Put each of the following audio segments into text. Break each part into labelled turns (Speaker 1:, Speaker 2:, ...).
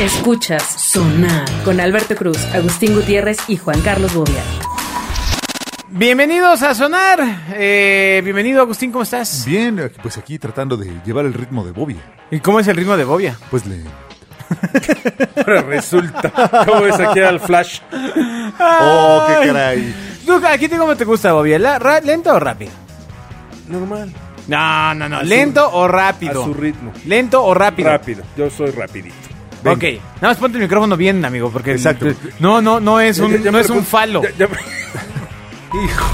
Speaker 1: Escuchas Sonar con Alberto Cruz, Agustín Gutiérrez y Juan Carlos Bobia.
Speaker 2: Bienvenidos a Sonar. Eh, bienvenido, Agustín, ¿cómo estás?
Speaker 3: Bien, aquí- pues aquí tratando de llevar el ritmo de Bobby.
Speaker 2: ¿Y cómo es el ritmo de Bobia?
Speaker 3: Pues le.
Speaker 4: Ahora resulta. ¿Cómo ves aquí al Flash?
Speaker 3: ¡Oh, qué caray!
Speaker 2: ¿Tú, ¿A ti cómo te gusta, Bobia? ¿La- ra- ¿Lento o rápido?
Speaker 4: Normal.
Speaker 2: No, no, no.
Speaker 4: su-
Speaker 2: ¿Lento o
Speaker 4: A
Speaker 2: rápido?
Speaker 4: su ritmo.
Speaker 2: ¿Lento o rápido?
Speaker 4: Rápido. Yo soy rapidito.
Speaker 3: Ven.
Speaker 2: Ok. Nada más ponte el micrófono bien, amigo, porque...
Speaker 3: Exacto.
Speaker 2: No, no, no es un,
Speaker 4: Ya- ya
Speaker 2: no
Speaker 4: me
Speaker 2: es un
Speaker 4: preocup-
Speaker 2: falo.
Speaker 4: ya- ya me- Hijo,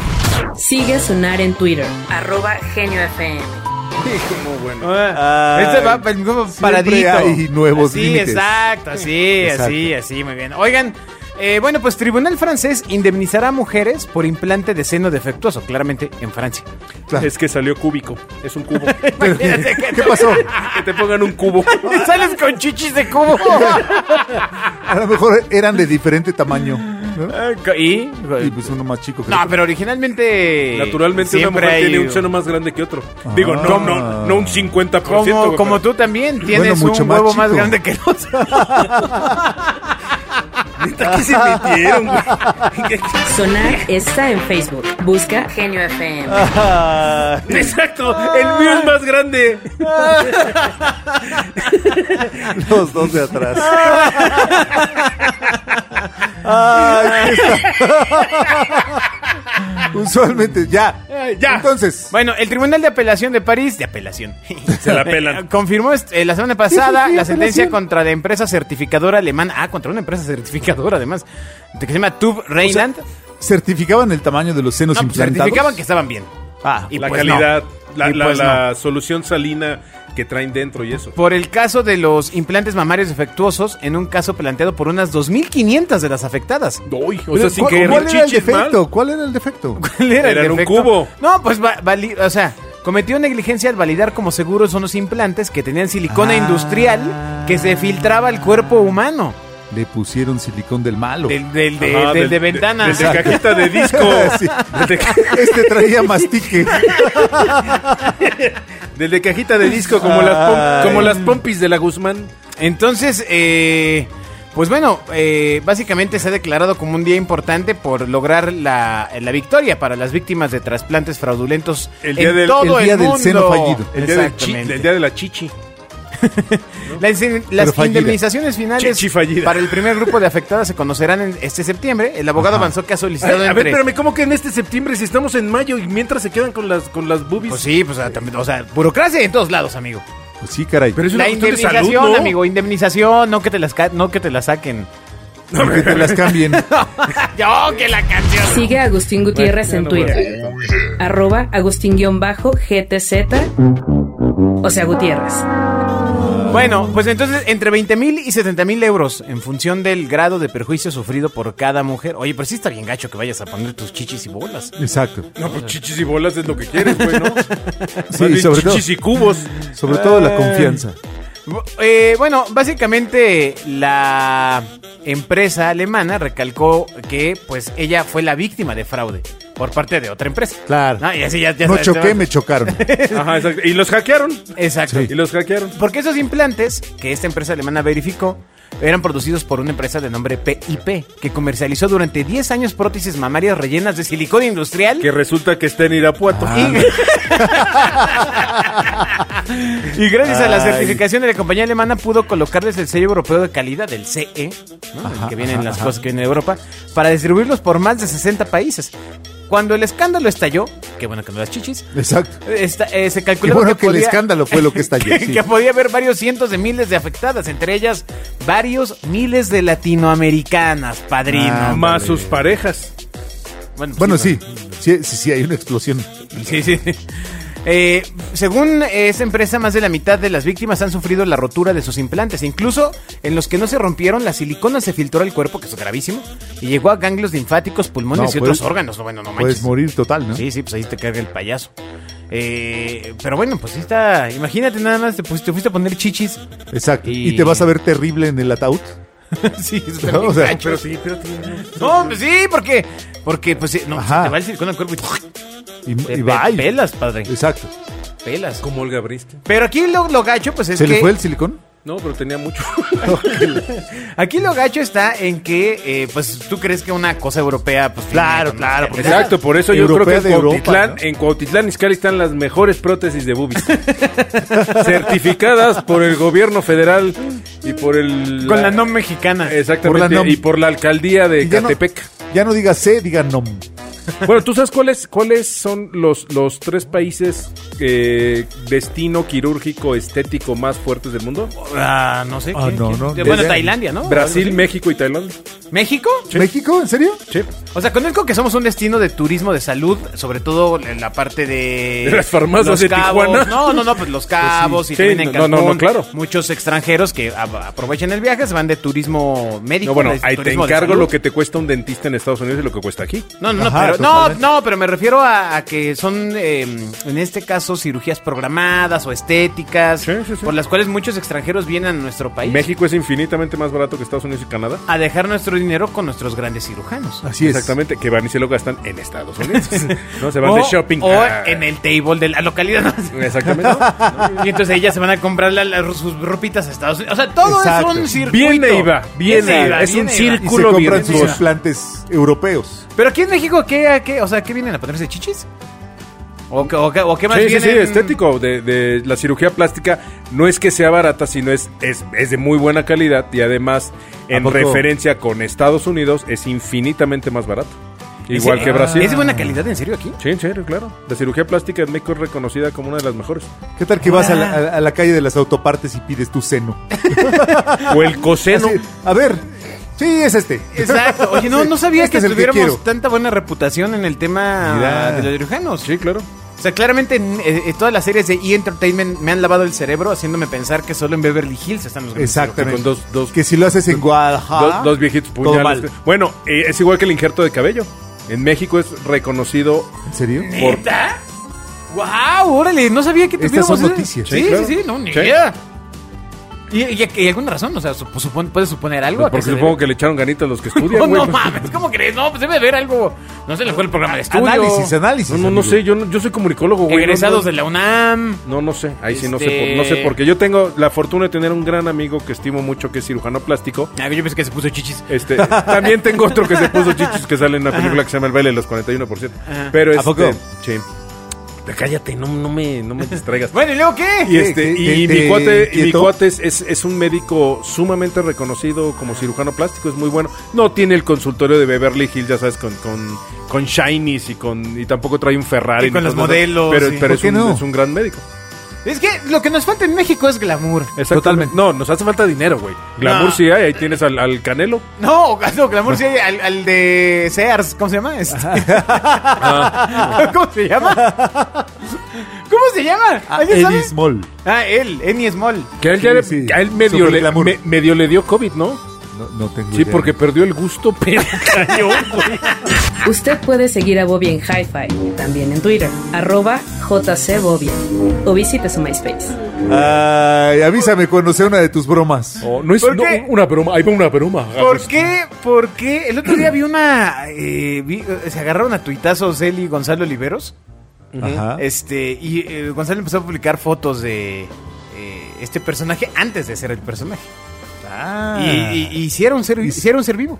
Speaker 1: Sigue a Sonar en Twitter, arroba Genio FM.
Speaker 4: hijo, no bueno.
Speaker 2: Ah,
Speaker 3: Ay,
Speaker 2: este va el micrófono
Speaker 3: siempre
Speaker 2: paradito.
Speaker 3: hay nuevos
Speaker 2: Sí,
Speaker 3: límites.
Speaker 2: exacto, así,
Speaker 3: Exacto.
Speaker 2: así, así, muy bien. Oigan, eh, bueno, pues tribunal francés indemnizará a mujeres por implante de seno defectuoso, claramente en Francia.
Speaker 3: Claro.
Speaker 4: Es que salió cúbico. Es un cubo.
Speaker 3: Pero, ¿Qué pasó?
Speaker 4: que te pongan un cubo.
Speaker 2: Y sales con chichis de cubo.
Speaker 3: A lo mejor eran de diferente tamaño. ¿no?
Speaker 2: ¿Y?
Speaker 3: Y pues uno más chico que
Speaker 2: No,
Speaker 3: el otro.
Speaker 2: pero originalmente.
Speaker 4: Naturalmente una
Speaker 2: siempre
Speaker 4: mujer
Speaker 2: hay-
Speaker 4: tiene un seno más grande que otro. Digo, no,
Speaker 3: ¿Cómo?
Speaker 4: no, no un 50%.
Speaker 2: Como,
Speaker 4: güey,
Speaker 2: como
Speaker 4: pero-
Speaker 2: tú también tienes
Speaker 3: mucho
Speaker 2: un
Speaker 3: más
Speaker 2: huevo más,
Speaker 3: chico.
Speaker 2: grande que los.
Speaker 4: ¿Qué se metieron, güey? ¿Qué- qué-
Speaker 1: Sonar está en Facebook. Busca Genio FM.
Speaker 4: Ah. Exacto. El mío es más grande.
Speaker 3: Los dos de atrás. Ay, qué está- Usualmente, ya.
Speaker 4: Ay, Eh, ya.
Speaker 3: Entonces,
Speaker 2: Bueno, el Tribunal de Apelación de París, de apelación,
Speaker 4: Se la pelan.
Speaker 2: confirmó est- eh, la semana pasada
Speaker 3: Sí, sí, sí,
Speaker 2: la sentencia
Speaker 3: apelación.
Speaker 2: contra la empresa certificadora alemana. Ah, contra una empresa certificadora, además, de que se llama Tube Rheinland.
Speaker 3: certificaban el tamaño de los senos
Speaker 4: pues,
Speaker 2: No,
Speaker 3: implantados.
Speaker 2: certificaban que estaban bien.
Speaker 3: Ah,
Speaker 2: Y
Speaker 4: la
Speaker 2: pues no.
Speaker 4: calidad, la,
Speaker 2: Y
Speaker 4: la-
Speaker 2: pues
Speaker 4: la solución salina que traen dentro y eso.
Speaker 2: Por el caso de los implantes mamarios defectuosos, en un caso planteado por unas 2.500 de las afectadas.
Speaker 4: Uy, o
Speaker 3: Pero,
Speaker 4: sea, sin
Speaker 3: ¿cuál,
Speaker 4: que
Speaker 3: ¿Cuál era el
Speaker 4: chiches mal.
Speaker 3: defecto? ¿Cuál era el defecto?
Speaker 2: ¿Cuál era el
Speaker 4: Eran un
Speaker 2: defecto?
Speaker 4: cubo.
Speaker 2: No, pues, va- vali- o sea, cometió negligencia al validar como seguros son los implantes que tenían silicona
Speaker 3: Ah.
Speaker 2: industrial que se filtraba al cuerpo humano.
Speaker 3: Le pusieron silicón del malo.
Speaker 2: Del, del de,
Speaker 4: Ajá,
Speaker 2: del
Speaker 4: del-
Speaker 2: de ventana.
Speaker 4: del de cajita de disco.
Speaker 3: Sí.
Speaker 4: Del de ca-
Speaker 3: Este traía mastique.
Speaker 4: Del de cajita de disco, como las, pom-
Speaker 3: Ay.
Speaker 4: como las pompis de la Guzmán.
Speaker 2: Entonces, eh, pues bueno, eh, básicamente se ha declarado como un día importante por lograr la, la victoria para las víctimas de trasplantes fraudulentos
Speaker 4: El día
Speaker 2: en
Speaker 4: del-
Speaker 2: todo el,
Speaker 3: el día del
Speaker 2: mundo.
Speaker 3: seno fallido.
Speaker 4: El día, del chi-
Speaker 2: Exactamente.
Speaker 4: el día de la chichi.
Speaker 2: Las, in- las
Speaker 3: fallida.
Speaker 2: indemnizaciones finales
Speaker 4: Chichi fallida.
Speaker 2: para el primer grupo de afectadas se conocerán en este septiembre. El abogado
Speaker 3: Ajá.
Speaker 2: avanzó que ha
Speaker 4: Ay,
Speaker 2: solicitado
Speaker 4: A, ver,
Speaker 2: entre...
Speaker 4: espérame, ¿cómo que en este septiembre si estamos en mayo y mientras se quedan con las, con las boobies?
Speaker 2: pues sí, pues, ah, también, o sea, burocracia en todos lados, amigo.
Speaker 3: Pues sí, caray.
Speaker 4: Pero es una
Speaker 2: La
Speaker 4: cuestión de salud,
Speaker 2: indemnización,
Speaker 4: ¿no?
Speaker 2: amigo, indemnización, no que te las, ca- no que te las saquen.
Speaker 3: Y que te las cambien.
Speaker 2: ¡Yo, que la canción!
Speaker 1: Sigue a Agustín Gutiérrez
Speaker 4: Ya
Speaker 1: en
Speaker 4: no voy a
Speaker 1: Twitter,
Speaker 4: hacer esto.
Speaker 1: arroba Agustín-GTZ, o sea Gutiérrez.
Speaker 2: Bueno, pues entonces entre 20 mil y 70 mil euros en función del grado de perjuicio sufrido por cada mujer. Oye, pero sí está bien gacho que vayas a poner tus chichis y bolas.
Speaker 3: Exacto.
Speaker 4: No, pues chichis y bolas es lo que quieres, güey, ¿no?
Speaker 3: Sí,
Speaker 4: Más bien
Speaker 3: sobre todo.
Speaker 4: chichis y cubos.
Speaker 3: Sobre todo la confianza.
Speaker 2: Bu- eh, bueno, básicamente la empresa alemana recalcó que pues ella fue la víctima de fraude por parte de otra empresa.
Speaker 3: Claro.
Speaker 2: No, y así ya- ya
Speaker 3: No
Speaker 2: sabes,
Speaker 3: choqué,
Speaker 2: te
Speaker 3: me
Speaker 2: vas-
Speaker 3: chocaron.
Speaker 4: Ajá, exacto. Y los hackearon.
Speaker 2: Exacto.
Speaker 4: Y los hackearon.
Speaker 2: Porque esos implantes que esta empresa alemana verificó eran producidos por una empresa de nombre PIP, que comercializó durante 10 años prótesis mamarias rellenas de silicona industrial.
Speaker 4: Que resulta que está en Irapuato.
Speaker 3: Ah,
Speaker 2: Y gracias a la
Speaker 3: Ay.
Speaker 2: certificación de la compañía alemana pudo colocarles el sello europeo de calidad, el CE, ¿no? El
Speaker 3: Ajá,
Speaker 2: que vienen
Speaker 3: ajá,
Speaker 2: las
Speaker 3: ajá.
Speaker 2: cosas que vienen de Europa, para distribuirlos por más de 60 países. Cuando el escándalo estalló, que bueno que no las chichis,
Speaker 3: Exacto.
Speaker 2: esta- eh, se
Speaker 3: Qué
Speaker 2: calculó
Speaker 3: bueno que el escándalo fue lo que está
Speaker 2: que,
Speaker 3: Sí.
Speaker 2: que podía haber varios cientos de miles de afectadas, entre ellas varios miles de latinoamericanas, padrino.
Speaker 3: Ah,
Speaker 4: Más
Speaker 3: Ándale.
Speaker 4: sus parejas.
Speaker 3: Bueno, sí. Sí, sí, sí, hay una explosión.
Speaker 2: Sí, sí. Eh, según esa empresa, más de la mitad de las víctimas han sufrido la rotura de sus implantes. Incluso en los que no se rompieron, la silicona se filtró al cuerpo, que eso es gravísimo, y llegó a ganglios linfáticos, pulmones
Speaker 3: No, pues,
Speaker 2: y
Speaker 3: puedes-
Speaker 2: otros órganos. No, bueno, no manches.
Speaker 3: Puedes morir total, ¿no?
Speaker 2: Sí, sí, pues ahí te carga el payaso. Eh, pero bueno, pues sí está. Imagínate nada más, te, pus- te fuiste a poner chichis.
Speaker 3: Exacto.
Speaker 2: Y-
Speaker 3: Y... te vas a ver terrible en el ataúd.
Speaker 2: sí, es
Speaker 3: No, o sea,
Speaker 4: Pero sí, pero tiene-
Speaker 2: No, pues sí, porque, porque pues sí, no,
Speaker 3: Ajá.
Speaker 2: se te va el silicona al cuerpo y,
Speaker 3: Y,
Speaker 2: te-
Speaker 3: y
Speaker 2: te
Speaker 3: bye.
Speaker 2: pelas, padre,
Speaker 3: Exacto.
Speaker 2: pelas.
Speaker 4: Como Olga Brinsky.
Speaker 2: Pero aquí lo, lo gacho, pues es
Speaker 3: ¿Se
Speaker 2: que
Speaker 3: le fue el silicón?
Speaker 4: No, pero tenía mucho.
Speaker 2: Aquí lo gacho está en que, eh, pues, tú crees que una cosa europea, pues...
Speaker 3: Claro,
Speaker 2: tiene-
Speaker 3: claro, porque-
Speaker 4: Exacto, por eso yo
Speaker 3: Europea
Speaker 4: creo que
Speaker 3: de
Speaker 4: en
Speaker 3: Europa,
Speaker 4: Cuautitlán,
Speaker 3: ¿no?
Speaker 4: en Cuautitlán Izcalli están las mejores prótesis de boobies. certificadas por el gobierno federal y por el...
Speaker 2: Con la no mexicana.
Speaker 4: Exactamente,
Speaker 3: Por la nom.
Speaker 4: y por la alcaldía de
Speaker 3: Y ya no-
Speaker 4: Catepec.
Speaker 3: Ya no diga C, diga NOM.
Speaker 4: Bueno, ¿tú sabes cuáles cuáles son los, los tres países eh, destino quirúrgico estético más fuertes del mundo?
Speaker 2: Ah, no sé.
Speaker 3: Ah,
Speaker 2: ¿quién-
Speaker 3: no,
Speaker 2: quién?
Speaker 3: no,
Speaker 2: Bueno,
Speaker 3: desde-
Speaker 2: Tailandia, ¿no?
Speaker 4: Brasil, México y Tailandia.
Speaker 2: ¿México?
Speaker 3: ¿México? ¿En serio?
Speaker 4: Sí.
Speaker 2: O sea, conozco que somos un destino de turismo de salud, sobre todo en la parte de...
Speaker 4: De las farmacias
Speaker 2: Los
Speaker 4: de
Speaker 2: Cabos.
Speaker 4: Tijuana.
Speaker 2: No, no, no, pues Los Cabos
Speaker 4: sí.
Speaker 2: y también en
Speaker 4: Sí, no,
Speaker 2: Cancún.
Speaker 4: no, no, claro.
Speaker 2: Muchos extranjeros que a- aprovechan el viaje se van de turismo médico.
Speaker 4: No, bueno,
Speaker 2: de
Speaker 4: ahí te
Speaker 2: turismo de
Speaker 4: encargo
Speaker 2: salud.
Speaker 4: lo que te cuesta un dentista en Estados Unidos y lo que cuesta aquí.
Speaker 2: No, no, no,
Speaker 3: Ajá,
Speaker 2: pero, no,
Speaker 3: totalmente.
Speaker 2: no, pero me refiero a, a que son, eh, en este caso, cirugías programadas o estéticas,
Speaker 4: Sí, sí, sí.
Speaker 2: por las cuales muchos extranjeros vienen a nuestro país
Speaker 4: México es infinitamente más barato que Estados Unidos y Canadá.
Speaker 2: a dejar nuestro dinero con nuestros grandes cirujanos.
Speaker 4: Ah,
Speaker 3: Así es.
Speaker 4: Exactamente, que van y se lo gastan en Estados Unidos. no se van
Speaker 2: o,
Speaker 4: de shopping. Ah.
Speaker 2: O
Speaker 4: a-
Speaker 2: en el table de la localidad.
Speaker 4: Exactamente.
Speaker 2: y entonces ellas se van a comprar la- la- sus ropitas a Estados Unidos. O sea, todo
Speaker 3: Exacto.
Speaker 2: es un circuito.
Speaker 4: Viene y va, viene y
Speaker 2: va,
Speaker 4: va. Es un
Speaker 2: viene y va.
Speaker 3: Y se
Speaker 4: Culo
Speaker 3: compran sus
Speaker 4: virtuoso.
Speaker 3: implantes europeos.
Speaker 2: Pero aquí en México, ¿qué, a qué, o sea, ¿qué vienen a ponerse chichis? ¿O, qué- o qué- o qué más
Speaker 4: Sí, sí,
Speaker 2: vienen?
Speaker 4: sí, estético. De, de la cirugía plástica no es que sea barata, sino es, es, es de muy buena calidad y además, en
Speaker 3: poco?
Speaker 4: referencia con Estados Unidos, es infinitamente más barato.
Speaker 2: ¿Es-
Speaker 4: Igual que
Speaker 2: ah,
Speaker 4: Brasil.
Speaker 2: ¿Es de buena calidad en serio aquí?
Speaker 4: Sí, en serio, claro. La cirugía plástica en México es reconocida como una de las mejores.
Speaker 3: ¿Qué tal que vas a la, a- a la calle de las autopartes y pides tu seno?
Speaker 4: O el coseno.
Speaker 3: Así, a ver, sí, es este.
Speaker 2: Exacto. Oye, no, no sabía
Speaker 3: Este
Speaker 2: que
Speaker 3: es el
Speaker 2: tuviéramos
Speaker 3: quiero.
Speaker 2: tanta buena reputación en el tema
Speaker 3: Mira.
Speaker 2: de los cirujanos.
Speaker 4: Sí, claro.
Speaker 2: O sea, claramente en, eh, eh, todas las series de E! Entertainment me han lavado el cerebro haciéndome pensar que solo en Beverly Hills están los grandes
Speaker 3: Exactamente.
Speaker 4: Con dos- dos-
Speaker 3: que si lo haces en Guadalajara.
Speaker 4: dos, dos viejitos
Speaker 3: todo
Speaker 4: puñales.
Speaker 3: mal.
Speaker 4: Bueno, eh, es igual que el injerto de cabello. En México es reconocido
Speaker 3: ¿En serio?
Speaker 4: por... pues,
Speaker 2: ¡Wow! Órale, no sabía que
Speaker 3: Estas
Speaker 2: tuviéramos
Speaker 3: son
Speaker 2: ese-
Speaker 3: noticias.
Speaker 2: Sí,
Speaker 4: Sí,
Speaker 2: sí,
Speaker 4: claro.
Speaker 2: sí, no, ni
Speaker 4: Sí.
Speaker 2: idea. Y, y- y alguna razón, o sea, sup- supon- puedes suponer algo.
Speaker 4: Pues
Speaker 2: a que
Speaker 4: porque
Speaker 2: se
Speaker 4: supongo
Speaker 2: debe?
Speaker 4: que le echaron ganitas los que
Speaker 2: No,
Speaker 4: estudian,
Speaker 2: no
Speaker 4: güey.
Speaker 2: mames, ¿cómo crees? No, pues debe haber algo. No se le fue el programa de estudio.
Speaker 3: Análisis, análisis.
Speaker 4: No, no, no
Speaker 3: amigo.
Speaker 4: sé, yo, no- yo soy comunicólogo, güey. no-
Speaker 2: Egresados
Speaker 4: no-
Speaker 2: de la UNAM.
Speaker 4: No, no sé. Ahí sí no sé
Speaker 2: Este-
Speaker 4: por, no sé por qué. Yo tengo la fortuna de tener un gran amigo que estimo mucho, que es cirujano plástico.
Speaker 2: Ah, yo pensé que se puso chichis.
Speaker 4: Este, también tengo otro que se puso chichis que sale en una película que se llama El baile de los 41%.
Speaker 2: Ajá.
Speaker 4: Pero
Speaker 3: ¿A
Speaker 4: este,
Speaker 3: poco?
Speaker 4: Sí. Cállate, no, no me, no me distraigas.
Speaker 2: Bueno, ¿y luego qué?
Speaker 4: Y este,
Speaker 3: ¿Qué-
Speaker 4: y
Speaker 3: qué-
Speaker 4: mi
Speaker 3: qué-
Speaker 4: cuate, y mi
Speaker 3: quieto?
Speaker 4: cuate es, es, es un médico sumamente reconocido como cirujano plástico, es muy bueno. No tiene el consultorio de Beverly Hills, ya sabes, con, con, con Shinies y con y tampoco trae un Ferrari.
Speaker 2: Y con
Speaker 4: ni
Speaker 2: los
Speaker 4: cosas de-
Speaker 2: modelos,
Speaker 4: Pero,
Speaker 2: sí.
Speaker 4: pero
Speaker 3: ¿Por
Speaker 4: es,
Speaker 3: qué
Speaker 4: un,
Speaker 3: no?
Speaker 4: es un gran médico.
Speaker 2: Es que lo que nos falta en México es glamour.
Speaker 4: Totalmente. No, nos hace falta dinero, güey. Glamour
Speaker 2: No.
Speaker 4: sí hay, ahí tienes al, al Canelo.
Speaker 2: No, no, glamour sí hay al, al de Sears, ¿cómo se llama? Este? ¿Cómo se llama? ¿Cómo se llama?
Speaker 3: Ah,
Speaker 2: ¿Alguien sabe?
Speaker 3: Eddie Small.
Speaker 2: Ah, él, Eni Small.
Speaker 4: Que a él,
Speaker 3: Sí,
Speaker 4: ya le-
Speaker 3: sí.
Speaker 4: a él medio,
Speaker 3: Super
Speaker 4: le,
Speaker 3: glamour.
Speaker 4: me- medio le dio COVID, ¿no?
Speaker 3: No, no tengo
Speaker 4: Sí,
Speaker 3: idea.
Speaker 4: porque perdió el gusto, pero cayó, güey.
Speaker 1: Usted puede seguir a Bobia en Hi-Fi, también en Twitter, arroba jcbobia, o visite su MySpace.
Speaker 3: Ay, avísame cuando sea una de tus bromas.
Speaker 4: Oh, no es
Speaker 2: ¿Por
Speaker 4: no,
Speaker 2: qué?
Speaker 4: una broma, ahí va una broma.
Speaker 2: ¿Por qué? ¿Por qué? El otro día vi una... eh, vi- eh, se agarraron a tuitazos él y Gonzalo Oliveros.
Speaker 3: Ajá.
Speaker 2: Este, y eh, Gonzalo empezó a publicar fotos de eh, este personaje antes de ser el personaje.
Speaker 3: Ah.
Speaker 2: Y, y- y si era un ser, si era un ser vivo.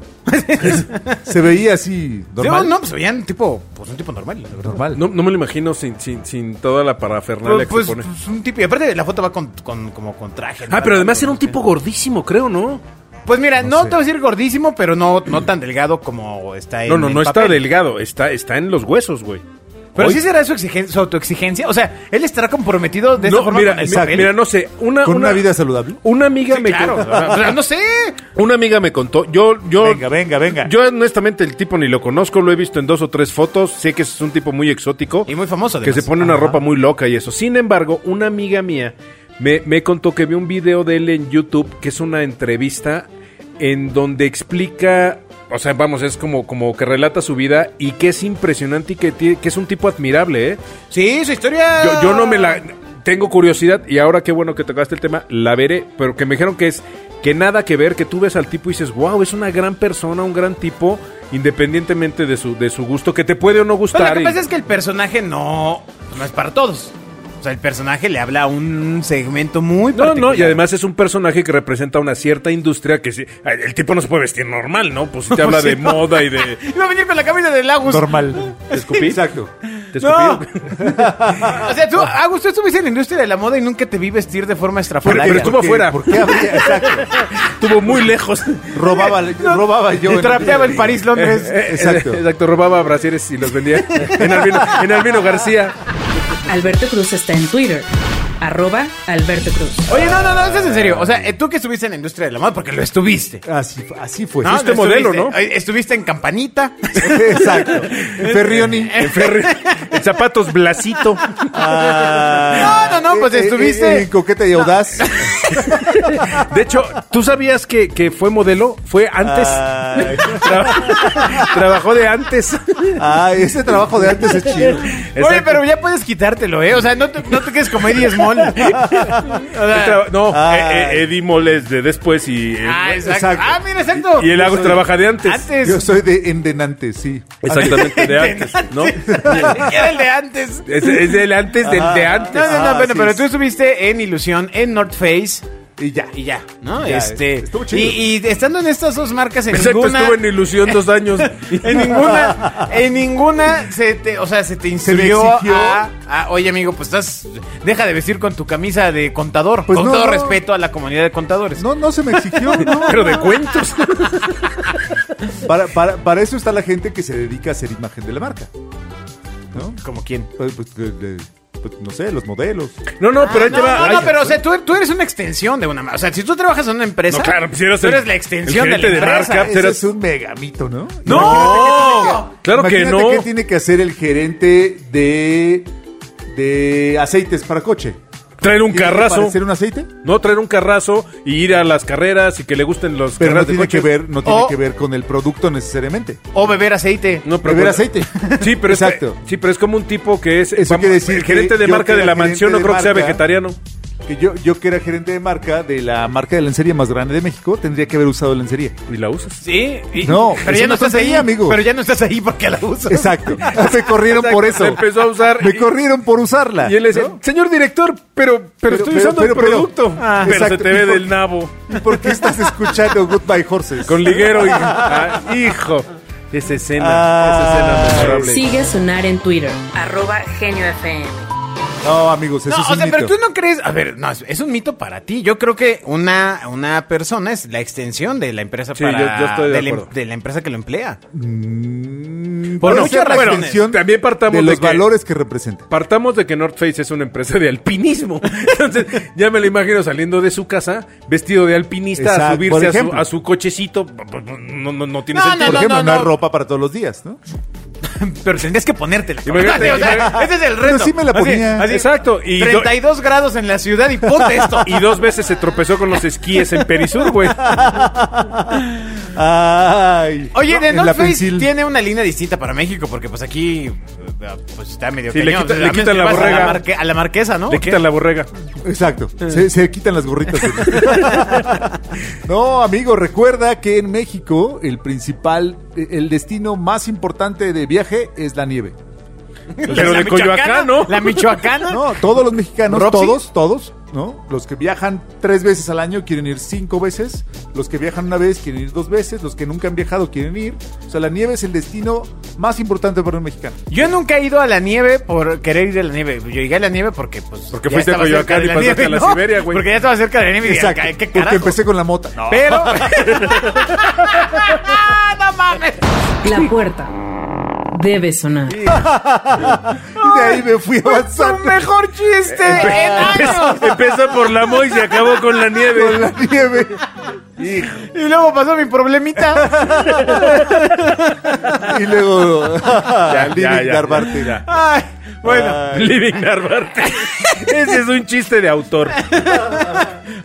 Speaker 3: Se veía así, normal.
Speaker 2: No, pues veían tipo, pues un tipo normal, la verdad.
Speaker 3: normal.
Speaker 4: No, no me lo imagino sin, sin, sin toda la parafernalia
Speaker 2: Pues,
Speaker 4: que
Speaker 2: pues,
Speaker 4: se pone.
Speaker 2: pues, un tipo. Y aparte la foto va con, con- como con traje. ¿no?
Speaker 4: Ah, pero además era un tipo gordísimo, creo, ¿no?
Speaker 2: Pues mira, no,
Speaker 3: sé.
Speaker 2: te voy a decir gordísimo, pero no, no tan delgado como está en
Speaker 4: No, no,
Speaker 2: el
Speaker 4: no está
Speaker 2: papel.
Speaker 4: delgado, está, está en los huesos, güey.
Speaker 2: Pero
Speaker 4: Hoy-
Speaker 2: sí será su, exigen- su autoexigencia. O sea, él estará comprometido de esa
Speaker 4: no,
Speaker 2: forma
Speaker 4: mira,
Speaker 2: con el
Speaker 4: mi-
Speaker 2: papel.
Speaker 4: mira, no sé, una,
Speaker 3: Con una vida saludable.
Speaker 4: una amiga
Speaker 2: Sí,
Speaker 4: me
Speaker 2: claro.
Speaker 4: contó-
Speaker 2: o sea, no sé.
Speaker 4: una amiga me contó, yo, yo,
Speaker 3: Venga, venga, venga.
Speaker 4: yo honestamente el tipo ni lo conozco, lo he visto en dos o tres fotos, sé que es un tipo muy exótico.
Speaker 2: Y muy famoso.
Speaker 4: que se
Speaker 2: además.
Speaker 4: pone una ropa muy loca y eso. Sin embargo, una amiga mía me, me contó que vio un video de él en YouTube, que es una entrevista en donde explica, o sea, vamos, es como, como que relata su vida y que es impresionante y que, tie- que es un tipo admirable, ¿eh?
Speaker 2: Sí, su historia. Pues
Speaker 4: Yo, yo no me la... Tengo curiosidad y ahora qué bueno que tocaste el tema, la veré, pero que me dijeron que es que nada que ver, que tú ves al tipo y dices, wow, es una gran persona, un gran tipo, independientemente de su, de su gusto, que te puede o no
Speaker 2: Pues
Speaker 4: gustar.
Speaker 2: lo que
Speaker 4: y-
Speaker 2: pasa es que el personaje no, no es para todos. O sea, el personaje le habla a un segmento muy
Speaker 4: No, no,
Speaker 2: particular.
Speaker 4: y además es un personaje que representa una cierta industria que sí. ay, El tipo no se puede vestir normal, ¿no? Pues si te habla
Speaker 2: Pues sí,
Speaker 4: de
Speaker 2: no.
Speaker 4: moda y de.
Speaker 2: Iba a venir con la camisa del Agus.
Speaker 3: Normal.
Speaker 4: ¿Te escupí?
Speaker 3: Exacto.
Speaker 4: ¿Te
Speaker 2: No.
Speaker 4: escupí?
Speaker 2: o sea, tú, Agus, tú estuviste en la industria de la moda y nunca te vi vestir de forma
Speaker 4: Pero,
Speaker 2: estrafalaria.
Speaker 4: pero estuvo afuera.
Speaker 3: ¿Por qué habría? Exacto.
Speaker 4: Estuvo muy lejos.
Speaker 3: Robaba, robaba yo.
Speaker 2: Y
Speaker 3: en-
Speaker 2: trapeaba en París, Londres.
Speaker 4: Eh, eh,
Speaker 3: Exacto.
Speaker 4: Exacto, robaba brasieres y los vendía en Albino, en Albino García.
Speaker 1: Alberto Cruz está en Twitter. Arroba Alberto Cruz.
Speaker 2: Oye, no, no, no, eso es en serio. O sea, eh, tú que estuviste en la industria de la moda, porque lo estuviste.
Speaker 3: Así, así fue.
Speaker 2: No,
Speaker 4: fuiste
Speaker 2: no
Speaker 4: modelo,
Speaker 2: estuviste.
Speaker 4: ¿no?
Speaker 2: Ay, Estuviste en Campanita.
Speaker 3: Exacto. Ferrioni.
Speaker 4: En, Ferri- en zapatos Blasito.
Speaker 2: No, no, no, pues
Speaker 3: Eh, eh,
Speaker 2: estuviste-
Speaker 3: eh, en coqueta y audaz.
Speaker 4: De hecho, ¿tú sabías que, que fue modelo? Fue antes.
Speaker 2: Ah.
Speaker 3: Ay.
Speaker 4: Tra- trabajó de antes.
Speaker 3: Ay, ese trabajo de antes es chido.
Speaker 2: Oye, pero ya puedes quitártelo, ¿eh? O sea, no te, no te quedes como Eddie Small. O sea,
Speaker 4: Tra- No,
Speaker 3: Ah.
Speaker 4: eh, eh, Eddie Moles de después y. el-
Speaker 2: ah, exacto.
Speaker 3: Exacto.
Speaker 2: Ah, mira, exacto.
Speaker 4: Y el Agus
Speaker 2: Yo soy-
Speaker 4: trabaja de antes.
Speaker 2: Antes.
Speaker 3: Yo soy de endenante, sí.
Speaker 4: Exactamente, de antes, ¿no?
Speaker 2: Era el de antes.
Speaker 4: Es, es el antes del de antes.
Speaker 2: No, no, no,
Speaker 3: Ah,
Speaker 2: bueno,
Speaker 3: sí,
Speaker 2: pero
Speaker 3: sí.
Speaker 2: tú estuviste en Ilusión, en North Face.
Speaker 3: Y ya.
Speaker 2: Y ya, ¿no?
Speaker 3: Ya,
Speaker 2: este.
Speaker 3: estuvo chido.
Speaker 2: Y, y estando en estas dos marcas, en
Speaker 4: Exacto,
Speaker 2: ninguna.
Speaker 4: estuvo en ilusión dos años.
Speaker 2: En ninguna, en ninguna se te, o sea, se te instruyó
Speaker 3: exigió.
Speaker 2: a, a, oye amigo, pues estás, deja de vestir con tu camisa de contador,
Speaker 3: Pues
Speaker 2: con
Speaker 3: no,
Speaker 2: todo
Speaker 3: no.
Speaker 2: respeto a la comunidad de contadores.
Speaker 3: No, no se me exigió, no.
Speaker 4: Pero de cuentos.
Speaker 3: Para, para, para eso está la gente que se dedica a hacer imagen de la marca. ¿No?
Speaker 2: ¿Como quién?
Speaker 3: Pues, pues, que- de- pues, no sé, los modelos.
Speaker 4: No, no, pero ahí
Speaker 2: No,
Speaker 4: te va.
Speaker 2: no,
Speaker 4: Ay, pues
Speaker 2: no, pero o sea, tú, tú eres una extensión de una marca. O sea, si tú trabajas en una empresa,
Speaker 4: No, claro, pues, si eres
Speaker 2: tú
Speaker 4: el-
Speaker 2: eres la
Speaker 4: el
Speaker 2: extensión de la
Speaker 4: gerente de
Speaker 2: empresa.
Speaker 4: marca,
Speaker 3: Ese
Speaker 4: eras-
Speaker 3: es un megamito, ¿no?
Speaker 4: ¡No! Claro que
Speaker 3: Imagínate
Speaker 4: no.
Speaker 3: qué tiene que hacer el gerente de, de aceites para coche.
Speaker 4: Traer un
Speaker 3: ¿Tiene que
Speaker 4: carrazo.
Speaker 3: parecer un aceite?
Speaker 4: No, traer un carrazo y ir a las carreras y que le gusten los
Speaker 3: Pero no
Speaker 4: carreras de
Speaker 3: tiene, que
Speaker 4: coches.
Speaker 3: ver, no tiene
Speaker 2: O-
Speaker 3: que ver con el producto necesariamente.
Speaker 2: O beber aceite.
Speaker 4: No, pero
Speaker 3: Beber
Speaker 4: bueno.
Speaker 3: aceite.
Speaker 4: Sí, pero
Speaker 3: Exacto.
Speaker 4: Exacto. sí, pero es como un tipo que es
Speaker 3: Eso quiere decir
Speaker 4: el gerente
Speaker 3: que
Speaker 4: de
Speaker 3: yo
Speaker 4: marca
Speaker 3: que
Speaker 4: de
Speaker 3: era
Speaker 4: la
Speaker 3: gerente
Speaker 4: mansión, no
Speaker 3: de
Speaker 4: creo que sea
Speaker 3: marca-
Speaker 4: vegetariano.
Speaker 3: Que yo, yo que era gerente de marca de la marca de lencería más grande de México, tendría que haber usado lencería.
Speaker 4: Y la usas.
Speaker 2: Sí, y-
Speaker 3: No,
Speaker 2: pero
Speaker 3: es
Speaker 2: ya no
Speaker 3: una
Speaker 2: estás ahí,
Speaker 3: tontería, amigo.
Speaker 2: Pero ya no estás ahí porque la usas.
Speaker 3: Exacto. Me corrieron por eso.
Speaker 4: Se empezó a usar.
Speaker 3: Me
Speaker 4: y-
Speaker 3: corrieron por usarla.
Speaker 4: Y él le decía,
Speaker 3: ¿no?
Speaker 4: señor director, pero, pero, estoy
Speaker 3: pero,
Speaker 4: usando
Speaker 3: pero,
Speaker 4: el
Speaker 3: pero".
Speaker 4: producto.
Speaker 3: Ah,
Speaker 4: pero
Speaker 3: exacto.
Speaker 4: se te ve
Speaker 3: ¿Y por-
Speaker 4: del nabo.
Speaker 3: ¿Y por qué estás escuchando Goodbye Horses?
Speaker 4: Con liguero y. Ah, hijo. Esa escena.
Speaker 3: Ah,
Speaker 4: esa escena memorable.
Speaker 1: Sigue a sonar en Twitter. Arroba Genio FM.
Speaker 3: No, amigos, eso
Speaker 2: No,
Speaker 3: es
Speaker 2: o
Speaker 3: un
Speaker 2: sea, pero
Speaker 3: mito.
Speaker 2: tú no crees. A ver, no, es, es un mito para ti. Yo creo que una, una persona es la extensión de la empresa
Speaker 4: Sí,
Speaker 2: para-
Speaker 4: yo- yo estoy de
Speaker 2: la em-
Speaker 4: acuerdo.
Speaker 2: de la empresa que lo emplea.
Speaker 3: Mm,
Speaker 2: Por
Speaker 3: puede
Speaker 2: muchas
Speaker 3: ser la
Speaker 2: razones.
Speaker 3: extensión
Speaker 4: También partamos
Speaker 3: de
Speaker 4: de
Speaker 3: los
Speaker 4: que-
Speaker 3: valores que representa.
Speaker 4: Partamos de que North Face es una empresa de alpinismo. Entonces, ya me lo imagino saliendo de su casa, vestido de alpinista, a
Speaker 3: Exacto, por
Speaker 4: subirse a su,
Speaker 3: ejemplo.
Speaker 4: a su cochecito. No, no, no tiene
Speaker 2: No,
Speaker 4: sentido.
Speaker 3: Por ejemplo, no,
Speaker 2: no.
Speaker 3: es ropa para todos los días, ¿no?
Speaker 2: Pero tendrías que ponértela. cabrón.
Speaker 4: Imagínate,
Speaker 2: O sea,
Speaker 4: imagínate.
Speaker 2: ese es el
Speaker 3: Pero
Speaker 2: reto.
Speaker 3: sí me la
Speaker 2: Así-
Speaker 3: ponía.
Speaker 2: así,
Speaker 4: Exacto, y do-
Speaker 2: 32 grados en la ciudad y ponte esto.
Speaker 4: Y dos veces se tropezó con los esquíes en Perisur, güey.
Speaker 3: Ay.
Speaker 2: Oye, de
Speaker 3: En la
Speaker 2: North Face
Speaker 3: Pensil.
Speaker 2: tiene una línea distinta para México, porque pues aquí eh, pues está medio
Speaker 4: Sí, le
Speaker 2: cañón.
Speaker 4: quita-
Speaker 2: A
Speaker 4: le
Speaker 2: menos
Speaker 4: quitan
Speaker 2: que
Speaker 4: la
Speaker 2: vas A la,
Speaker 4: borrega.
Speaker 2: marque- a la marquesa, ¿no?
Speaker 4: Le quitan la borrega.
Speaker 3: Exacto. Se, se quitan las gorritas. no, amigo, recuerda que en México el principal, e, el destino más importante de viaje es la nieve.
Speaker 4: Pero
Speaker 2: La
Speaker 4: de Coyoacán,
Speaker 2: michoacana,
Speaker 4: ¿no?
Speaker 2: La michoacana.
Speaker 3: No, todos los mexicanos,
Speaker 2: ¿Roxy?
Speaker 3: todos, todos, ¿no? Los que viajan tres veces al año quieren ir cinco veces, los que viajan una vez quieren ir dos veces, los que nunca han viajado quieren ir. O sea, la nieve es el destino más importante para un mexicano.
Speaker 2: Yo nunca he ido a la nieve por querer ir a la nieve. Yo llegué a la nieve porque, pues.
Speaker 4: Porque
Speaker 2: ya
Speaker 4: fuiste a
Speaker 2: estaba cerca
Speaker 4: Coyoacán
Speaker 2: de
Speaker 4: y pasaste a la Siberia, güey.
Speaker 2: Porque ya estaba cerca de la nieve y dije, "Ay, ¿qué
Speaker 3: porque
Speaker 2: carajo?
Speaker 3: empecé con la mota.
Speaker 2: Pero. ¡No mames!
Speaker 1: La puerta debe sonar.
Speaker 3: Y de ahí me fui
Speaker 2: ¡Su
Speaker 3: avanzando
Speaker 2: mejor chiste en años!
Speaker 4: Empezó, empezó por la Moy y se acabó con la
Speaker 3: con
Speaker 4: nieve.
Speaker 3: la nieve.
Speaker 2: Y luego pasó mi problemita.
Speaker 3: Y luego,
Speaker 4: Ya,
Speaker 3: Living
Speaker 4: ya, ya,
Speaker 3: Narvarte.
Speaker 4: ya.
Speaker 2: Ay, bueno,
Speaker 4: Living Narvarte. Ese es un chiste de autor.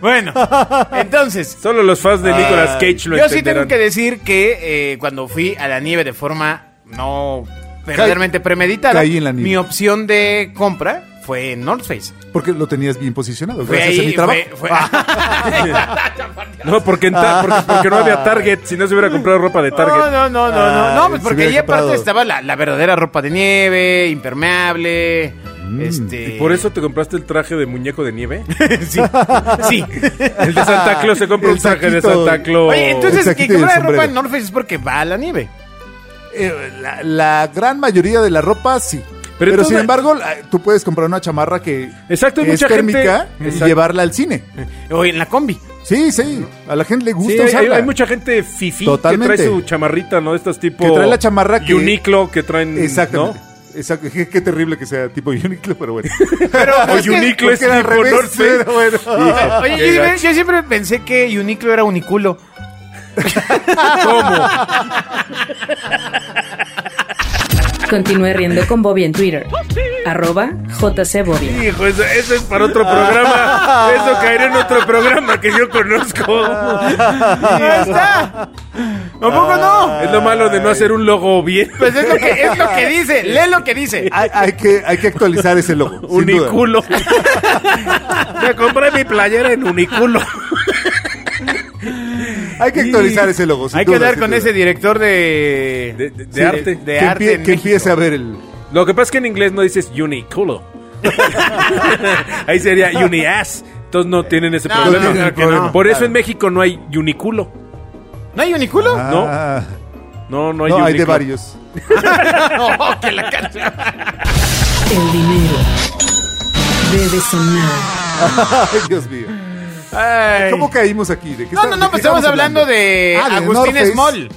Speaker 2: bueno. Entonces, ah,
Speaker 4: Solo los fans de Nicolas Cage lo
Speaker 2: yo sí tengo
Speaker 4: entenderán.
Speaker 2: que decir que eh, cuando fui a la nieve de forma no verdaderamente premeditada,
Speaker 3: caí en la nieve.
Speaker 2: mi opción de compra fue en North Face.
Speaker 3: Porque lo tenías bien posicionado,
Speaker 2: Fue
Speaker 3: gracias a mi trabajo.
Speaker 2: fue- fue-
Speaker 4: Ah. No, porque, en ta- porque, porque no había Target. Si no se hubiera comprado ropa de Target.
Speaker 2: No, no, no, no, no, no, pues
Speaker 3: Ay, se hubiera
Speaker 2: porque ahí aparte
Speaker 3: comprado.
Speaker 2: estaba la, la verdadera ropa de nieve, impermeable, Este...
Speaker 4: ¿Y por eso te compraste el traje de muñeco de nieve?
Speaker 2: sí. sí.
Speaker 4: El de Santa Claus se compra
Speaker 3: El
Speaker 4: un traje de
Speaker 3: saquito.
Speaker 4: Santa Claus.
Speaker 2: Oye, entonces,
Speaker 3: Exacto,
Speaker 2: que
Speaker 3: y el
Speaker 2: compra la ropa
Speaker 3: sombrero.
Speaker 2: en North Face es porque va a la nieve.
Speaker 3: Eh, la, la gran mayoría de la ropa sí. Pero,
Speaker 4: Pero entonces-
Speaker 3: sin embargo, la- tú puedes comprar una chamarra que,
Speaker 4: Exacto, hay
Speaker 3: que es
Speaker 4: mucha gente-
Speaker 3: térmica
Speaker 4: Exacto. Eh.
Speaker 3: y llevarla al cine.
Speaker 2: O en la combi.
Speaker 3: Sí, sí. A la gente le gusta
Speaker 4: Sí, hay- hay,
Speaker 3: usarla.
Speaker 4: hay mucha gente fifi que
Speaker 3: Totalmente.
Speaker 4: trae su chamarrita, ¿no? Estas tipo.
Speaker 3: Que trae la chamarra que-
Speaker 4: Uniqlo que traen.
Speaker 3: Exacto.
Speaker 4: ¿no?
Speaker 3: Exacto. Qué, qué terrible que sea tipo Uniqlo, pero bueno.
Speaker 2: Pero,
Speaker 4: O
Speaker 2: es que-
Speaker 4: Uniqlo es
Speaker 3: Porque era al
Speaker 4: tipo
Speaker 3: revés,
Speaker 4: North Face.
Speaker 3: pero bueno.
Speaker 2: Oye, yo, siempre- yo siempre pensé que Uniqlo era uniculo.
Speaker 4: ¿Cómo?
Speaker 1: Continúe riendo con Bobby en Twitter. Arroba JC Bobby.
Speaker 4: Hijo, eso, eso es para otro programa. Eso caerá en otro programa que yo conozco.
Speaker 2: ¡Ahí está! ¿A poco no?
Speaker 4: Es lo malo de no hacer un logo bien.
Speaker 2: Pues es lo que, es lo que dice. Lee lo que dice.
Speaker 3: hay, hay que, hay que actualizar ese logo. sin duda.
Speaker 4: Uniculo. Me compré mi playera en Uniculo.
Speaker 3: Hay que actualizar ese logo. sin
Speaker 2: Hay que
Speaker 3: duda,
Speaker 2: dar
Speaker 3: sin
Speaker 2: con
Speaker 3: duda.
Speaker 2: ese director de...
Speaker 4: De- de- de
Speaker 2: Sí,
Speaker 4: arte.
Speaker 2: De,
Speaker 3: Que,
Speaker 2: arte
Speaker 3: empie-
Speaker 2: en
Speaker 3: que
Speaker 2: México.
Speaker 3: empiece a ver el.
Speaker 4: Lo que pasa es que en inglés no dices Uniculo. Ahí sería Uniass. Entonces no tienen ese
Speaker 2: No,
Speaker 4: problema.
Speaker 3: no, no,
Speaker 4: Por
Speaker 3: no, no,
Speaker 4: eso en México no hay Uniculo.
Speaker 2: ¿No hay uniculo?
Speaker 4: No.
Speaker 3: Ah,
Speaker 4: No,
Speaker 3: no,
Speaker 4: no hay
Speaker 3: hay de
Speaker 4: Uniqlo.
Speaker 3: varios.
Speaker 2: No, que la cancha.
Speaker 1: El dinero debe sonar.
Speaker 3: Ay, Dios mío.
Speaker 2: Ay.
Speaker 3: ¿Cómo caímos aquí? ¿De qué
Speaker 2: No,
Speaker 3: está-
Speaker 2: no,
Speaker 3: de
Speaker 2: no,
Speaker 3: qué
Speaker 2: pues estamos hablando de
Speaker 3: Ah, de North
Speaker 2: Agustín
Speaker 3: Face.
Speaker 2: Small.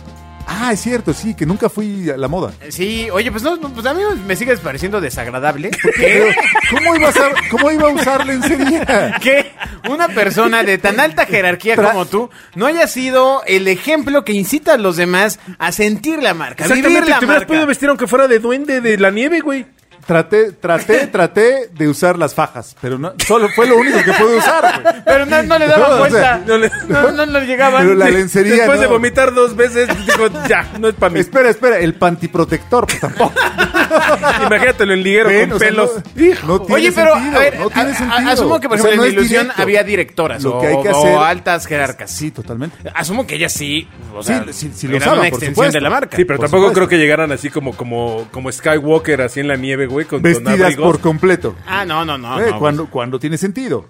Speaker 3: Ah, es cierto, sí, que nunca fui a la moda.
Speaker 2: Sí, oye, pues no, no, pues a mí me sigues pareciendo desagradable. ¿Qué?
Speaker 3: ¿Cómo iba a, usar, cómo iba a usar lencería?
Speaker 2: que una persona de tan alta jerarquía
Speaker 3: Tra-
Speaker 2: como tú no haya sido el ejemplo que incita a los demás a sentir la marca, a vivir
Speaker 4: Exactamente,
Speaker 2: la
Speaker 4: te hubieras
Speaker 2: marca.
Speaker 4: podido vestir aunque fuera de duende de la nieve, güey.
Speaker 3: Traté, traté, traté de usar las fajas, pero no, solo fue lo único que pude usar. güey.
Speaker 2: Pero no, no le daban
Speaker 3: No, o
Speaker 2: vuelta.
Speaker 3: sea,
Speaker 2: no,
Speaker 4: no le-
Speaker 2: no, no le llegaban.
Speaker 3: Pero la lencería.
Speaker 4: Después
Speaker 3: no.
Speaker 4: de vomitar dos veces, digo, ya, no es para mí.
Speaker 3: Espera, espera, el pantiprotector pues, tampoco.
Speaker 4: Imagínatelo en liguero
Speaker 3: Ven,
Speaker 4: con
Speaker 3: o sea,
Speaker 4: pelos.
Speaker 3: no-
Speaker 4: Hijo.
Speaker 3: no tiene
Speaker 2: Oye, pero
Speaker 3: sentido,
Speaker 2: a ver,
Speaker 3: no
Speaker 2: a-
Speaker 3: tiene
Speaker 2: a-
Speaker 3: sentido.
Speaker 2: asumo que por
Speaker 3: O sea,
Speaker 2: ejemplo
Speaker 3: no
Speaker 2: en
Speaker 3: es
Speaker 2: ilusión
Speaker 3: directo.
Speaker 2: había directoras
Speaker 3: Lo
Speaker 2: o,
Speaker 3: que hay que
Speaker 2: o
Speaker 3: hacer-
Speaker 2: altas jerarcas.
Speaker 3: Sí, totalmente.
Speaker 2: Asumo que ellas sí, o
Speaker 3: Sí,
Speaker 2: sea,
Speaker 3: sí, sí lo
Speaker 2: eran
Speaker 3: usaban,
Speaker 2: una
Speaker 3: por
Speaker 2: extensión
Speaker 3: supuesto.
Speaker 2: de la marca.
Speaker 4: Sí, pero
Speaker 3: Por
Speaker 4: tampoco
Speaker 3: supuesto.
Speaker 4: creo que llegaran así como, como, como Skywalker, así en la nieve, güey, con, con
Speaker 3: Vestidas
Speaker 4: abrigos. pues.
Speaker 3: por completo.
Speaker 2: Ah, no, no, no.
Speaker 3: Eh,
Speaker 2: no,
Speaker 3: cuando, cuando tiene sentido.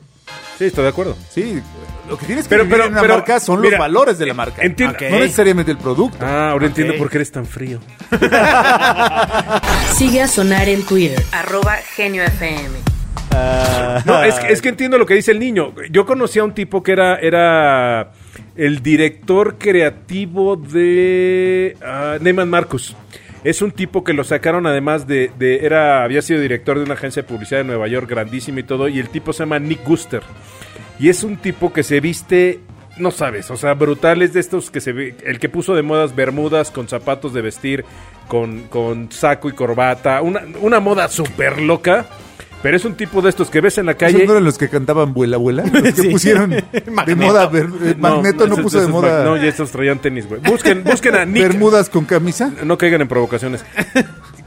Speaker 4: Sí, estoy de acuerdo.
Speaker 3: Sí, lo que tienes que
Speaker 4: Pero-
Speaker 3: vivir
Speaker 4: pero-
Speaker 3: en una
Speaker 4: pero,
Speaker 3: marca son
Speaker 4: mira,
Speaker 3: los valores de la marca.
Speaker 4: entiendo-
Speaker 3: No
Speaker 2: Ok.
Speaker 3: necesariamente el producto.
Speaker 4: Ah, ahora entiendo
Speaker 2: Ok.
Speaker 4: por qué eres tan frío.
Speaker 1: Sigue a sonar en Twitter. Arroba Genio FM.
Speaker 4: No, es, que- es que entiendo lo que dice el niño. Yo conocí a un tipo que era, era el director creativo de ah, Neyman Marcus. Es un tipo que lo sacaron además de, de- era había sido director de una agencia de publicidad de Nueva York grandísima y todo y el tipo se llama Nick Guster. Y es un tipo que se viste, no sabes, o sea, brutal. Es de estos que se ve. El que puso de modas bermudas con zapatos de vestir, con, con saco y corbata. Una, una moda súper loca. Pero es un tipo de estos que ves en la calle.
Speaker 3: ¿Esos no eran los que cantaban Vuela, Vuela? Los que
Speaker 2: Sí.
Speaker 3: pusieron de
Speaker 2: Magneto.
Speaker 3: moda. ver- eh, Magneto no,
Speaker 4: esos-
Speaker 3: puso de
Speaker 4: esos
Speaker 3: moda
Speaker 4: mag- No, y estos traían tenis, güey. Busquen, busquen a Nick.
Speaker 3: bermudas con camisa.
Speaker 4: No caigan en provocaciones.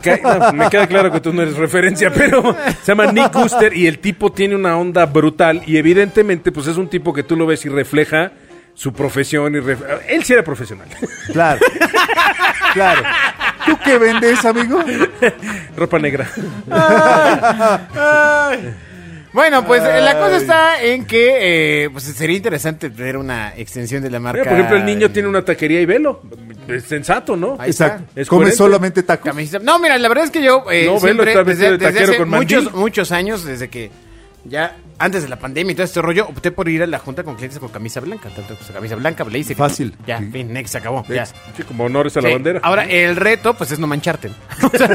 Speaker 4: Ca- no, me queda claro que tú no eres referencia, pero se llama Nick Guster y el tipo tiene una onda brutal y evidentemente pues es un tipo que tú lo ves y refleja su profesión y ref- él sí era profesional.
Speaker 3: Claro. claro. ¿Tú qué vendes, amigo?
Speaker 4: Ropa negra.
Speaker 2: Bueno, pues eh, la cosa está en que eh, pues sería interesante tener una extensión de la marca.
Speaker 4: Mira, por ejemplo, el niño
Speaker 2: en-
Speaker 4: tiene una taquería y velo. Es sensato, ¿no?
Speaker 2: Ahí está.
Speaker 3: Exacto.
Speaker 4: Es
Speaker 3: Come
Speaker 4: coherente.
Speaker 3: solamente tacos.
Speaker 2: Camiseta- No, mira, la verdad es que yo eh,
Speaker 4: No, velo,
Speaker 2: siempre,
Speaker 4: está vestido
Speaker 2: desde,
Speaker 4: de
Speaker 2: desde
Speaker 4: taquero
Speaker 2: hace
Speaker 4: con mandil.
Speaker 2: muchos, muchos años, desde que ya antes de la pandemia y todo este rollo, opté por ir a la junta con clientes con camisa blanca. Tanto pues, camisa blanca, blazer.
Speaker 3: Fácil.
Speaker 2: Ya,
Speaker 3: Sí.
Speaker 2: fin, next, se acabó. ya.
Speaker 3: Next.
Speaker 4: Sí, como honores a la
Speaker 2: Sí,
Speaker 4: bandera.
Speaker 2: Ahora, el reto, pues, es no mancharte. O sea,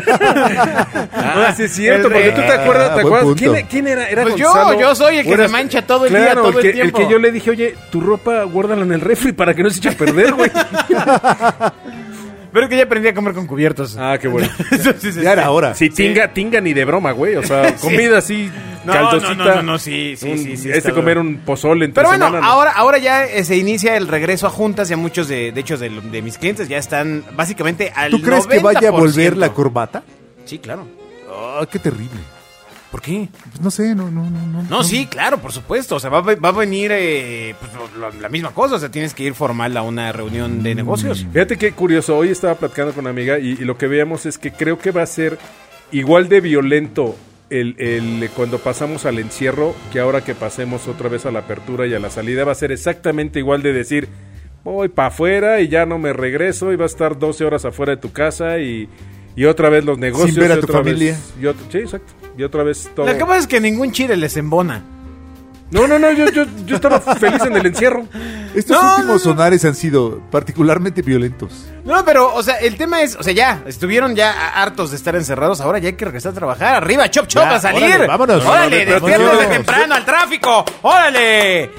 Speaker 4: Ah, sí es cierto,
Speaker 2: El
Speaker 4: porque
Speaker 2: rey.
Speaker 4: tú te acuerdas,
Speaker 3: Ah,
Speaker 4: ¿te
Speaker 3: buen
Speaker 4: acuerdas?
Speaker 3: punto.
Speaker 4: ¿Quién, e-, quién era? era
Speaker 2: Pues yo,
Speaker 4: Gonzalo.
Speaker 2: yo soy el que
Speaker 4: Eras-
Speaker 2: se mancha todo el día,
Speaker 4: Claro,
Speaker 2: todo el
Speaker 4: que-
Speaker 2: tiempo.
Speaker 4: que yo le dije, oye, tu ropa guárdala en el refri para que no se eche a perder, güey.
Speaker 2: pero que ya aprendí a comer con cubiertos.
Speaker 4: ah, qué bueno.
Speaker 2: Entonces,
Speaker 3: Ya era
Speaker 2: este,
Speaker 3: hora.
Speaker 4: Sí, tinga, tinga ni de broma, güey. O sea, comida así,
Speaker 2: No,
Speaker 4: caldosita.
Speaker 2: no, no, no, no, sí, sí,
Speaker 4: un-
Speaker 2: sí, sí,
Speaker 4: Este
Speaker 2: está
Speaker 4: comer
Speaker 2: duro.
Speaker 4: un pozole entre
Speaker 2: Pero bueno,
Speaker 4: semana, ¿no?
Speaker 2: ahora, ahora ya eh, se inicia el regreso a juntas. Ya muchos de, de hecho de, lo- de mis clientes ya están básicamente al
Speaker 3: ¿Tú crees que vaya
Speaker 2: 90%.
Speaker 3: a volver la corbata?
Speaker 2: Sí, claro.
Speaker 3: Ah, qué terrible.
Speaker 2: ¿Por qué?
Speaker 3: Pues no sé, no, no, no. No,
Speaker 2: No, sí, claro, por supuesto. O sea, va, a ve- va a venir eh, pues, lo- lo- la misma cosa. O sea, tienes que ir formal a una reunión de negocios.
Speaker 3: Mm.
Speaker 4: Fíjate qué curioso. Hoy estaba platicando con una amiga y, y lo que veíamos es que creo que va a ser igual de violento el, el- eh, cuando pasamos al encierro, que ahora que pasemos otra vez a la apertura y a la salida, va a ser exactamente igual de decir, voy para afuera y ya no me regreso y va a estar 12 horas afuera de tu casa y, y otra vez los negocios.
Speaker 3: ver a
Speaker 4: y
Speaker 3: tu
Speaker 4: otra
Speaker 3: familia.
Speaker 4: vez- y ot- sí, exacto. Y otra vez todo.
Speaker 2: Lo que pasa es que ningún chile les embona.
Speaker 4: No, no, no, yo, yo, yo estaba feliz en el encierro.
Speaker 3: Estos
Speaker 2: No,
Speaker 3: últimos
Speaker 2: no, no.
Speaker 3: sonares han sido particularmente violentos.
Speaker 2: No, pero, o sea, el tema es, o sea, ya, estuvieron ya a- hartos de estar encerrados, ahora ya hay que regresar a trabajar. Arriba, chop, chop,
Speaker 3: Ya,
Speaker 2: a salir.
Speaker 3: órale, vámonos.
Speaker 2: Órale,
Speaker 3: Vámonos,
Speaker 2: despiértense
Speaker 3: vámonos.
Speaker 2: temprano al tráfico. Órale.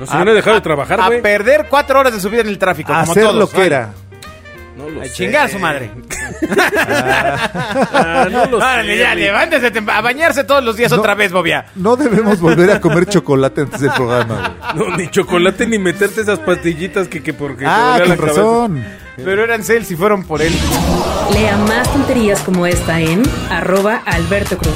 Speaker 4: Nos hubieran dejado de trabajar,
Speaker 2: A
Speaker 4: güey.
Speaker 2: perder cuatro horas de su vida en el tráfico.
Speaker 3: A
Speaker 2: como
Speaker 3: hacer
Speaker 2: todos,
Speaker 3: lo que
Speaker 2: órale.
Speaker 3: era.
Speaker 4: No lo
Speaker 2: A
Speaker 4: sé.
Speaker 2: chingar a su madre.
Speaker 4: Ah, no lo sé,
Speaker 2: Órale, ya,
Speaker 4: güey.
Speaker 2: levántese tempra- a bañarse todos los días
Speaker 3: No.
Speaker 2: otra vez, Bobia.
Speaker 3: No debemos volver a comer chocolate antes del programa. güey.
Speaker 4: No, ni chocolate ni meterte esas pastillitas que, que porque te
Speaker 3: Ah,
Speaker 4: dolía la
Speaker 3: con
Speaker 4: cabeza.
Speaker 3: razón.
Speaker 2: Pero eran él si fueron por él.
Speaker 1: Lea más tonterías como esta en arroba Alberto Cruz.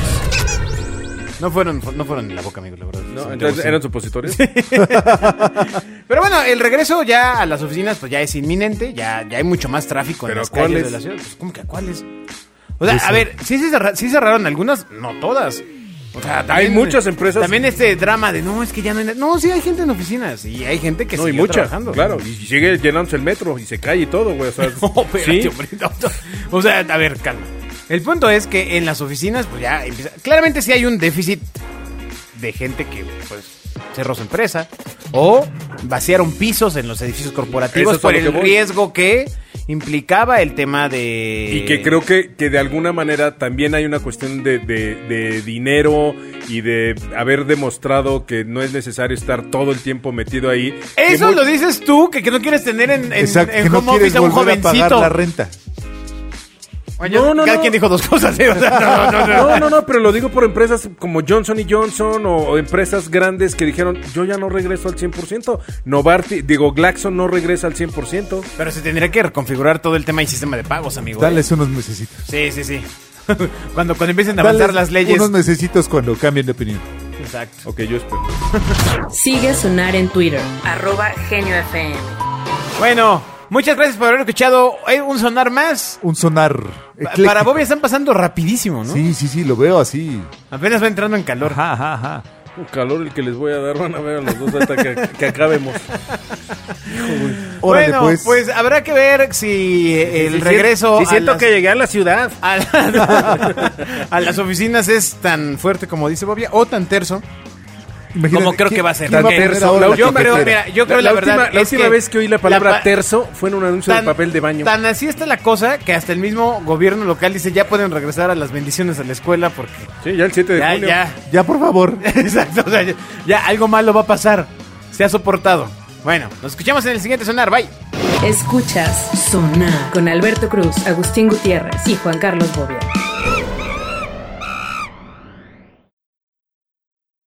Speaker 2: No fueron, no fueron en la boca, amigo, la verdad.
Speaker 4: No,
Speaker 2: Sí,
Speaker 4: entonces
Speaker 2: sí.
Speaker 4: eran supositorios.
Speaker 2: Pero bueno, el regreso ya a las oficinas pues ya es inminente, ya, ya hay mucho más tráfico en
Speaker 4: ¿Pero
Speaker 2: las calles de
Speaker 4: cuáles?
Speaker 2: la ciudad. Pues, ¿Cómo que a cuáles? O sea, a ver, sí, se cerra- sí cerraron algunas, no todas. O sea,
Speaker 4: Hay muchas empresas.
Speaker 2: También este drama de no, es que ya no hay. na- No, sí hay gente en oficinas y hay gente que
Speaker 4: No, y
Speaker 2: siguió
Speaker 4: muchas,
Speaker 2: trabajando.
Speaker 4: claro. Y sigue llenándose el metro y se cae y todo, güey. O sea,
Speaker 2: No, Oh, espérate,
Speaker 4: sí.
Speaker 2: hombre, no, no. O sea, a ver, calma. El punto es que en las oficinas, pues ya empieza. Claramente sí hay un déficit de gente que, pues, cerró su empresa. O vaciaron pisos en los edificios corporativos
Speaker 4: Eso es a
Speaker 2: por
Speaker 4: lo que
Speaker 2: el
Speaker 4: voy.
Speaker 2: riesgo que implicaba el tema de.
Speaker 4: Y que creo que, que de alguna manera también hay una cuestión de, de- de dinero y de haber demostrado que no es necesario estar todo el tiempo metido ahí. Que
Speaker 2: Eso
Speaker 4: muy-
Speaker 2: lo dices tú, que, que no quieres tener en, en,
Speaker 3: Exacto,
Speaker 2: en
Speaker 3: que no
Speaker 2: home
Speaker 3: quieres
Speaker 2: office a un
Speaker 3: volver a pagar
Speaker 2: jovencito.
Speaker 3: la renta.
Speaker 2: Oye, cada quien dijo dos cosas. ¿eh? O sea, no, no, no.
Speaker 4: No, no, no, pero lo digo por empresas como Johnson y Johnson o, o empresas grandes que dijeron, yo ya no regreso al 100%. Novartis, digo, Glaxon no regresa al 100%.
Speaker 2: Pero se tendría que reconfigurar todo el tema y sistema de pagos, amigo. ¿eh?
Speaker 3: Dales unos mesecitos.
Speaker 2: Sí, sí, sí. cuando, cuando empiecen a avanzar
Speaker 3: Dales
Speaker 2: las leyes.
Speaker 3: Unos mesecitos cuando cambien de opinión.
Speaker 2: Exacto.
Speaker 4: Ok, yo espero.
Speaker 1: Sigue a Sonar en Twitter, arroba Genio FM.
Speaker 2: Bueno, muchas gracias por haber escuchado eh, un sonar más.
Speaker 3: Un sonar.
Speaker 2: Pa-
Speaker 3: ecléctico.
Speaker 2: Para Bobby están pasando rapidísimo, ¿no?
Speaker 3: Sí, sí, sí, lo veo así.
Speaker 2: Apenas va entrando en calor.
Speaker 3: Ajá, ajá, ajá.
Speaker 4: Un calor el que les voy a dar, van a ver a los dos hasta que, que acabemos.
Speaker 3: Órale,
Speaker 2: bueno,
Speaker 3: pues.
Speaker 2: pues. habrá que ver si eh, el regreso a, las,
Speaker 4: llegué a la ciudad.
Speaker 2: a la- a las oficinas es tan fuerte como dice Bobby o tan terso.
Speaker 3: imagínate,
Speaker 2: como creo
Speaker 3: ¿quién-
Speaker 2: que va a ser.
Speaker 3: quién va
Speaker 2: Ok.
Speaker 3: a poner ahora
Speaker 2: Yo
Speaker 3: la
Speaker 2: creo,
Speaker 3: cafetera?
Speaker 2: mira, yo creo la, verdad.
Speaker 4: última, la
Speaker 2: es
Speaker 4: última vez que oí la palabra
Speaker 2: pa-
Speaker 4: terzo fue en un anuncio
Speaker 2: tan-
Speaker 4: de papel de baño.
Speaker 2: Tan así está la cosa que hasta el mismo gobierno local dice ya pueden regresar a las bendiciones a la escuela porque
Speaker 4: Sí, ya el 7 de
Speaker 2: ya,
Speaker 4: junio.
Speaker 2: ya,
Speaker 3: Ya, por favor.
Speaker 2: Exacto, o sea, ya, ya algo malo va a pasar. Se ha soportado. Bueno, nos escuchamos en el siguiente sonar. Bye.
Speaker 1: Escuchas Sonar con Alberto Cruz, Agustín Gutiérrez y Juan Carlos Bobia.